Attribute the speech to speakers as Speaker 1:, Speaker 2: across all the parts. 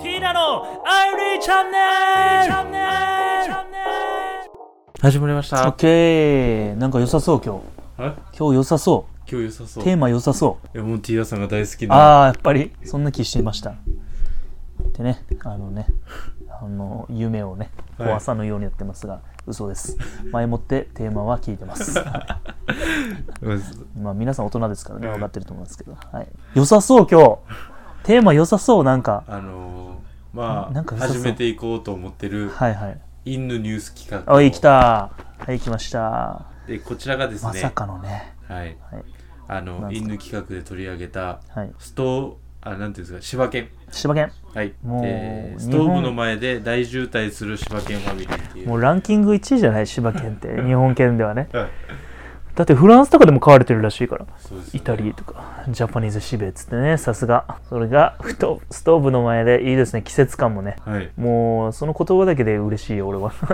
Speaker 1: ティーナのアイリーチャンネル始まりまし
Speaker 2: オッ
Speaker 1: た
Speaker 2: ケーなんか良さそう今
Speaker 3: はい
Speaker 2: 日今日良さそ
Speaker 3: 今日良さそうう
Speaker 2: テーマ良さそう
Speaker 3: いやもうティーダさんが大好きな
Speaker 2: ああやっぱりそんな気していましたでねあのねあの夢をね
Speaker 3: はい
Speaker 2: 壊さぬようにやってますが、嘘です前もってテーマは聞いてま す
Speaker 3: うん
Speaker 2: まあ皆さん大人ですからね分かってると思うんですけど、はい、良さそう今日テーマ良さそうなんか
Speaker 3: あのー、まあ
Speaker 2: なんか良さそう
Speaker 3: 始めていこうと思ってる
Speaker 2: はいはい
Speaker 3: インヌニュース企画
Speaker 2: おい来たはい来ました
Speaker 3: でこちらがですね
Speaker 2: まさかのね
Speaker 3: はい
Speaker 2: はい
Speaker 3: あ
Speaker 2: なん
Speaker 3: の
Speaker 2: す
Speaker 3: イ
Speaker 2: か
Speaker 3: ンヌ企画で取り上げた
Speaker 2: はい
Speaker 3: ストーあなんていうんですか柴犬
Speaker 2: 柴犬
Speaker 3: はい
Speaker 2: もう
Speaker 3: えー
Speaker 2: 日
Speaker 3: ス
Speaker 2: 本
Speaker 3: トーブの前で大渋滞する柴犬ファミリーっていう
Speaker 2: もうランキング1位じゃない柴犬って日本犬ではね
Speaker 3: はい
Speaker 2: だってフランスとかでも飼われてるらしいから
Speaker 3: そうです
Speaker 2: イ
Speaker 3: よ
Speaker 2: タリーとかジャパニーズシベっつってねさすがそれがふとストーブの前でいいですね季節感もね
Speaker 3: はい
Speaker 2: もうその言葉だけで嬉しいよ俺は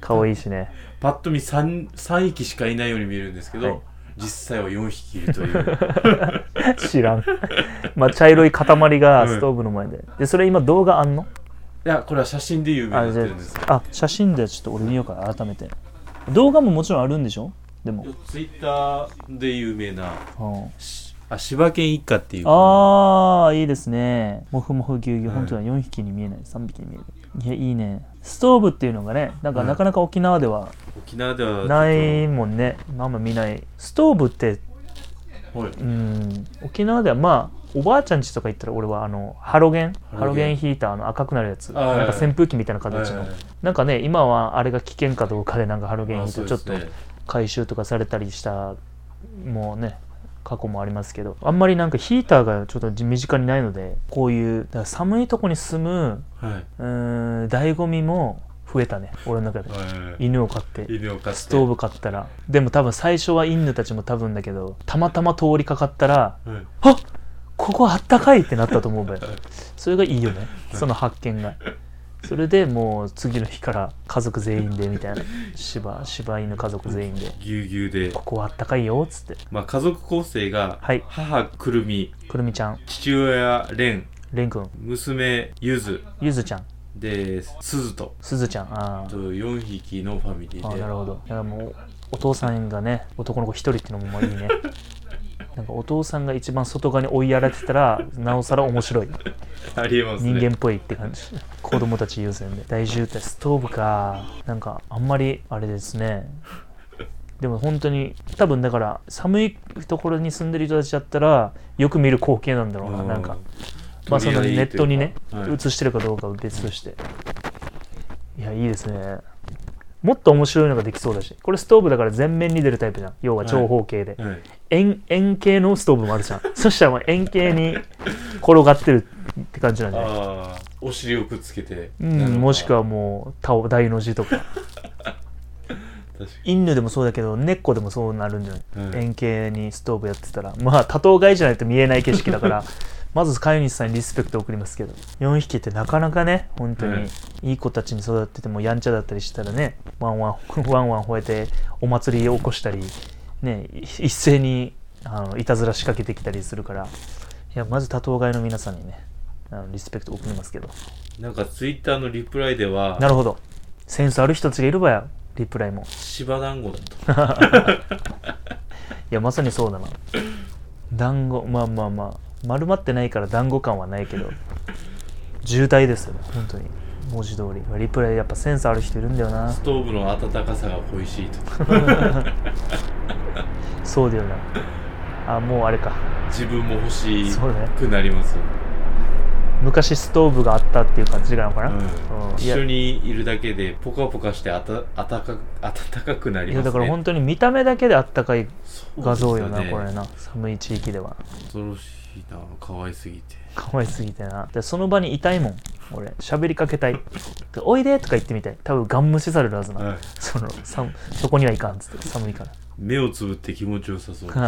Speaker 2: 可愛いしね
Speaker 3: パッと見 3, 三匹しかいないように見えるんですけど、
Speaker 2: はい
Speaker 3: 実際は4匹いると いう
Speaker 2: 知らんまあ茶色い塊がストーブの前ででそれ今動画あんの
Speaker 3: いやこれは写真で有名になってるんです
Speaker 2: あ写真でちょっと俺見ようから改めて動画ももちろんあるんでしょでも、
Speaker 3: ツイッターで有名な
Speaker 2: うん
Speaker 3: しあ柴犬一家っていう
Speaker 2: ああいいですねもふもふぎゅうぎゅう本当は4匹に見えない3匹に見えるいやいいねストーブっていうのがねなんか
Speaker 3: うん
Speaker 2: なかなか沖縄では
Speaker 3: 沖縄では
Speaker 2: ないもんね、まあんま見ないストーブって
Speaker 3: はい
Speaker 2: うん沖縄ではまあおばあちゃん家とか行ったら俺はあのハロゲンハ
Speaker 3: ハ
Speaker 2: ロ
Speaker 3: ロゲン
Speaker 2: ゲンヒーターの赤くなるやつ
Speaker 3: あはい
Speaker 2: なんか扇風機みたいな形
Speaker 3: は
Speaker 2: の
Speaker 3: いはいはい
Speaker 2: なんかね今はあれが危険かどうかでなんかハロゲン
Speaker 3: あ
Speaker 2: ヒータ
Speaker 3: そ
Speaker 2: ー
Speaker 3: う
Speaker 2: ちょ
Speaker 3: で
Speaker 2: っ
Speaker 3: す
Speaker 2: と
Speaker 3: ね
Speaker 2: 回収とかされたりしたもうね過去もありますけどあんまりなんかヒーターがちょっと身近にないのでこういうだから寒いとこに住む
Speaker 3: はいう
Speaker 2: ーん醍醐味も増えたね俺の中で
Speaker 3: はい
Speaker 2: 犬を飼って
Speaker 3: 犬を飼って
Speaker 2: ストーブ買ったらでも多分最初は犬たちも多分だけどたまたま通りかかったら
Speaker 3: はい
Speaker 2: あここあったかいってなったと思う べそれがいいよねその発見がそれでもう次の日から家族全員でみ たいな柴柴犬家族全員で
Speaker 3: ぎゅうぎゅうで
Speaker 2: ここはあったかいよっつって
Speaker 3: まあ家族構成が
Speaker 2: はい
Speaker 3: 母くるみ
Speaker 2: くるみちゃん
Speaker 3: 父親蓮
Speaker 2: れんくん
Speaker 3: 娘ゆず
Speaker 2: ゆずちゃん
Speaker 3: で鈴と
Speaker 2: すずちゃんあー
Speaker 3: と4匹のファミリ
Speaker 2: あ
Speaker 3: ー
Speaker 2: ー
Speaker 3: で
Speaker 2: なるほどだからもうお父さんがね男の子一人ってのもまあいいねなんかお父さんが一番外側に追いやられてたらなおさら面白い
Speaker 3: ありえますね
Speaker 2: 人間っぽいって感じ子供たち優先で大渋滞ストーブかなんかあんまりあれですねでも本当に多分だから寒いところに住んでる人たちだったらよく見る光景なんだろうななんかまあそのネットにね
Speaker 3: はい
Speaker 2: 映してるかどうかは別としていやいいですねもっと面白いのができそうだしこれストーブだから全面に出るタイプじゃん要は長方形で、
Speaker 3: はい
Speaker 2: 円円形のストーブもあるじゃんそしたらもう円形に転がってるって感じなんじゃない
Speaker 3: ああお尻をくっつけて
Speaker 2: うん、もしく
Speaker 3: は
Speaker 2: はもうタオ大の字とか
Speaker 3: 確か
Speaker 2: 犬でもそうだけど猫でもそうなるんじゃない、
Speaker 3: うん
Speaker 2: 円形にストーブやってたらまあ多頭飼いじゃないと見えない景色 だからまず飼い主さんにリスペクトを送りますけど4匹ってなかなかね本当にいい子たちに育っててもやんちゃだったりしたらねワンワンワンワン吠えてお祭りを起こしたりねい一斉にあのいたずら仕掛けてきたりするからいやまず多頭飼いの皆さんにねあのリスペクトを送りますけど
Speaker 3: なんかツイッターのリプライでは
Speaker 2: なるほどセンスある人たちがいるばやリプライも
Speaker 3: 芝団子だと
Speaker 2: いやまさにそうだな団子まあまあまあ丸まってないから団子感はないけど渋滞ですよね本当に文字通りリプライやっぱセンスある人いるんだよな
Speaker 3: ストーブの温かさが恋しいと
Speaker 2: そうだよなあもうあれか
Speaker 3: 自分も欲し
Speaker 2: そうね
Speaker 3: くなりますよね
Speaker 2: 昔ストーブがあったっていう感じなのかな、
Speaker 3: う ん
Speaker 2: うんい
Speaker 3: 一
Speaker 2: や
Speaker 3: 緒にいるだけでポカポカしてあたあたか暖かくなり
Speaker 2: い
Speaker 3: ますね
Speaker 2: やだから本当に見た目だけであったかい
Speaker 3: そう
Speaker 2: 画像よな
Speaker 3: です
Speaker 2: こ
Speaker 3: よ
Speaker 2: れ
Speaker 3: ね
Speaker 2: な寒い地域では
Speaker 3: 恐ろしいな可愛すぎて
Speaker 2: 可愛すぎてなでその場にいたいもん俺喋りかけたいでおいでとか言ってみたい多分ガン無視されるはずな、
Speaker 3: はい
Speaker 2: その寒そこにはいかんっつって寒い から
Speaker 3: 目をつぶって気持ちよさそうです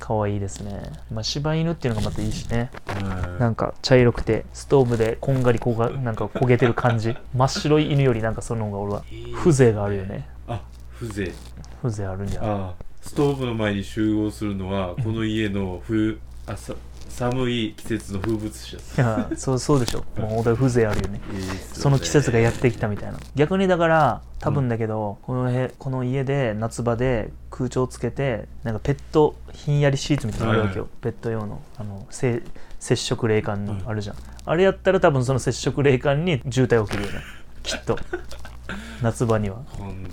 Speaker 2: 可愛いですね、まあ、柴犬っていうのがまたいいしね
Speaker 3: うん
Speaker 2: なんか茶色くてストーブでこんがりこがなんか焦げてる感じ真っ白い犬よりなんかその方が俺は風情があるよね
Speaker 3: あ風情
Speaker 2: 風情あるんじゃん
Speaker 3: ああストーブの前に集合するのはこの家の冬あさ寒い季節の風物詩です
Speaker 2: いやそうそうでしょもうお台風情あるよね
Speaker 3: いいっすよね
Speaker 2: その季節がやってきたみたいな逆にだから多分だけど、このへこの家で夏場で空調つけてなんかペットひんやりシーツみたいなのあるわけよ、
Speaker 3: は
Speaker 2: ペット用のあのせ接触冷感のあるじゃん、あれやったら多分その接触冷感に渋滞起きる よねきっと夏場には
Speaker 3: 今度は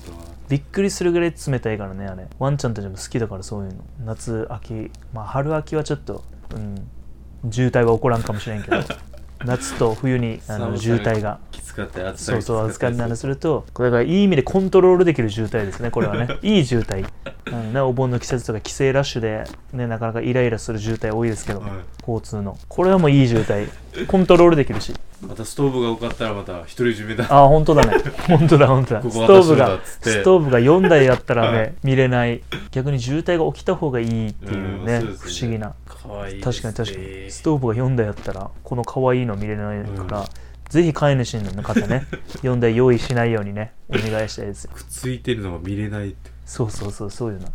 Speaker 2: びっくりするぐらい冷たいからねあれワンちゃんたちも好きだからそういうの夏秋まあ春秋はちょっとうん渋滞は起こらんかもしれんけ ど夏と冬にあの
Speaker 3: 寒さ
Speaker 2: 渋滞が
Speaker 3: きつかったり暑さ
Speaker 2: そう
Speaker 3: が
Speaker 2: そう、
Speaker 3: きつか
Speaker 2: 扱い
Speaker 3: っ
Speaker 2: に
Speaker 3: た
Speaker 2: なる
Speaker 3: り
Speaker 2: すると、これがいい意味でコントロールできる渋滞ですね、これは ね。いい渋滞。うんね、お盆の季節とか帰省ラッシュで、ね、なかなかイライラする渋滞多いですけど、
Speaker 3: はい
Speaker 2: 交通の。これはもういい渋滞。コントロールできるし。
Speaker 3: またストーブが多かったらまた独り占めだ
Speaker 2: ああ、本当だ ね。本当だ、本当だ。
Speaker 3: ここ
Speaker 2: ストーブ
Speaker 3: 私の
Speaker 2: が
Speaker 3: だっ、つって
Speaker 2: ストーブが4台あったらね、
Speaker 3: はい
Speaker 2: 見れない。逆に渋滞が起きた方がいいっていうね、
Speaker 3: うんそうですね
Speaker 2: 不思議な。
Speaker 3: かわいいです
Speaker 2: 確か
Speaker 3: ね
Speaker 2: に確かにストーブが4台あったらこの可愛いの見れないから、
Speaker 3: うん
Speaker 2: ぜひ飼い主の方 ね4台用意しないようにねお願いしたいですよ
Speaker 3: くっついてるのが見れないって
Speaker 2: そうそうそうそういうの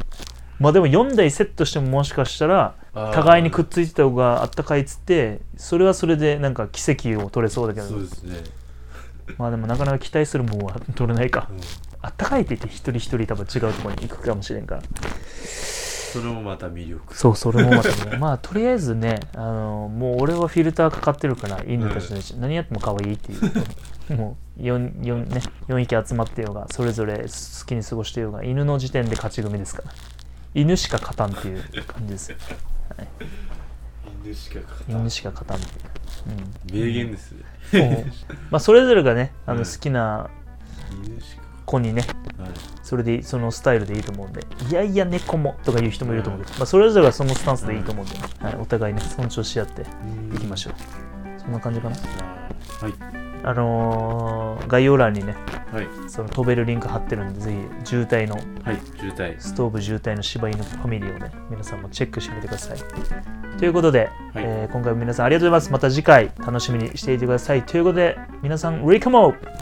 Speaker 2: まあでも4台セットしてももしかしたら
Speaker 3: あー
Speaker 2: 互いにくっついてた方があったかいっつってそれはそれでなんか奇跡を取れそうだけ
Speaker 3: そう
Speaker 2: ど
Speaker 3: ですね、
Speaker 2: まあでもなかなか期待するもんは取れないか
Speaker 3: うん
Speaker 2: あったかいって言って一人一人多分違うところに行くかもしれんから
Speaker 3: それもまた魅力
Speaker 2: そう、それもまたね。 まあ、とりあえずね、あの、もう俺はフィルターかかってるから、犬たちのうち、何やっても可愛いっていう。 もう、4、四ね、四匹集まってようが、それぞれ好きに過ごしてようが、犬の時点で勝ち組ですから。犬しか勝たんっていう感じ ですよ。
Speaker 3: 犬しか勝たん
Speaker 2: 犬しか勝たんっていう。
Speaker 3: 名言ですね
Speaker 2: うん。もうまあ、それぞれがね、あ
Speaker 3: う
Speaker 2: の、
Speaker 3: ん
Speaker 2: 好きな
Speaker 3: 犬しか
Speaker 2: 子にね、
Speaker 3: はい
Speaker 2: それでそのスタイルでいいと思うんでいやいや猫もとか言う人もいると思うけど、まあ、それぞれがそのスタンスでいいと思うんで、はい、お互いね尊重し合っていきましょうそんな感じかな
Speaker 3: はい
Speaker 2: あのー概要欄にね
Speaker 3: はい
Speaker 2: その飛べるリンク貼ってるんでぜひ渋滞の
Speaker 3: はい渋滞
Speaker 2: ストーブ渋滞の柴犬ファミリーをね皆さんもチェックしてみてくださいということで、えー今回も皆さんありがとうございますまた次回楽しみにしていてくださいということで皆さん r e c o m o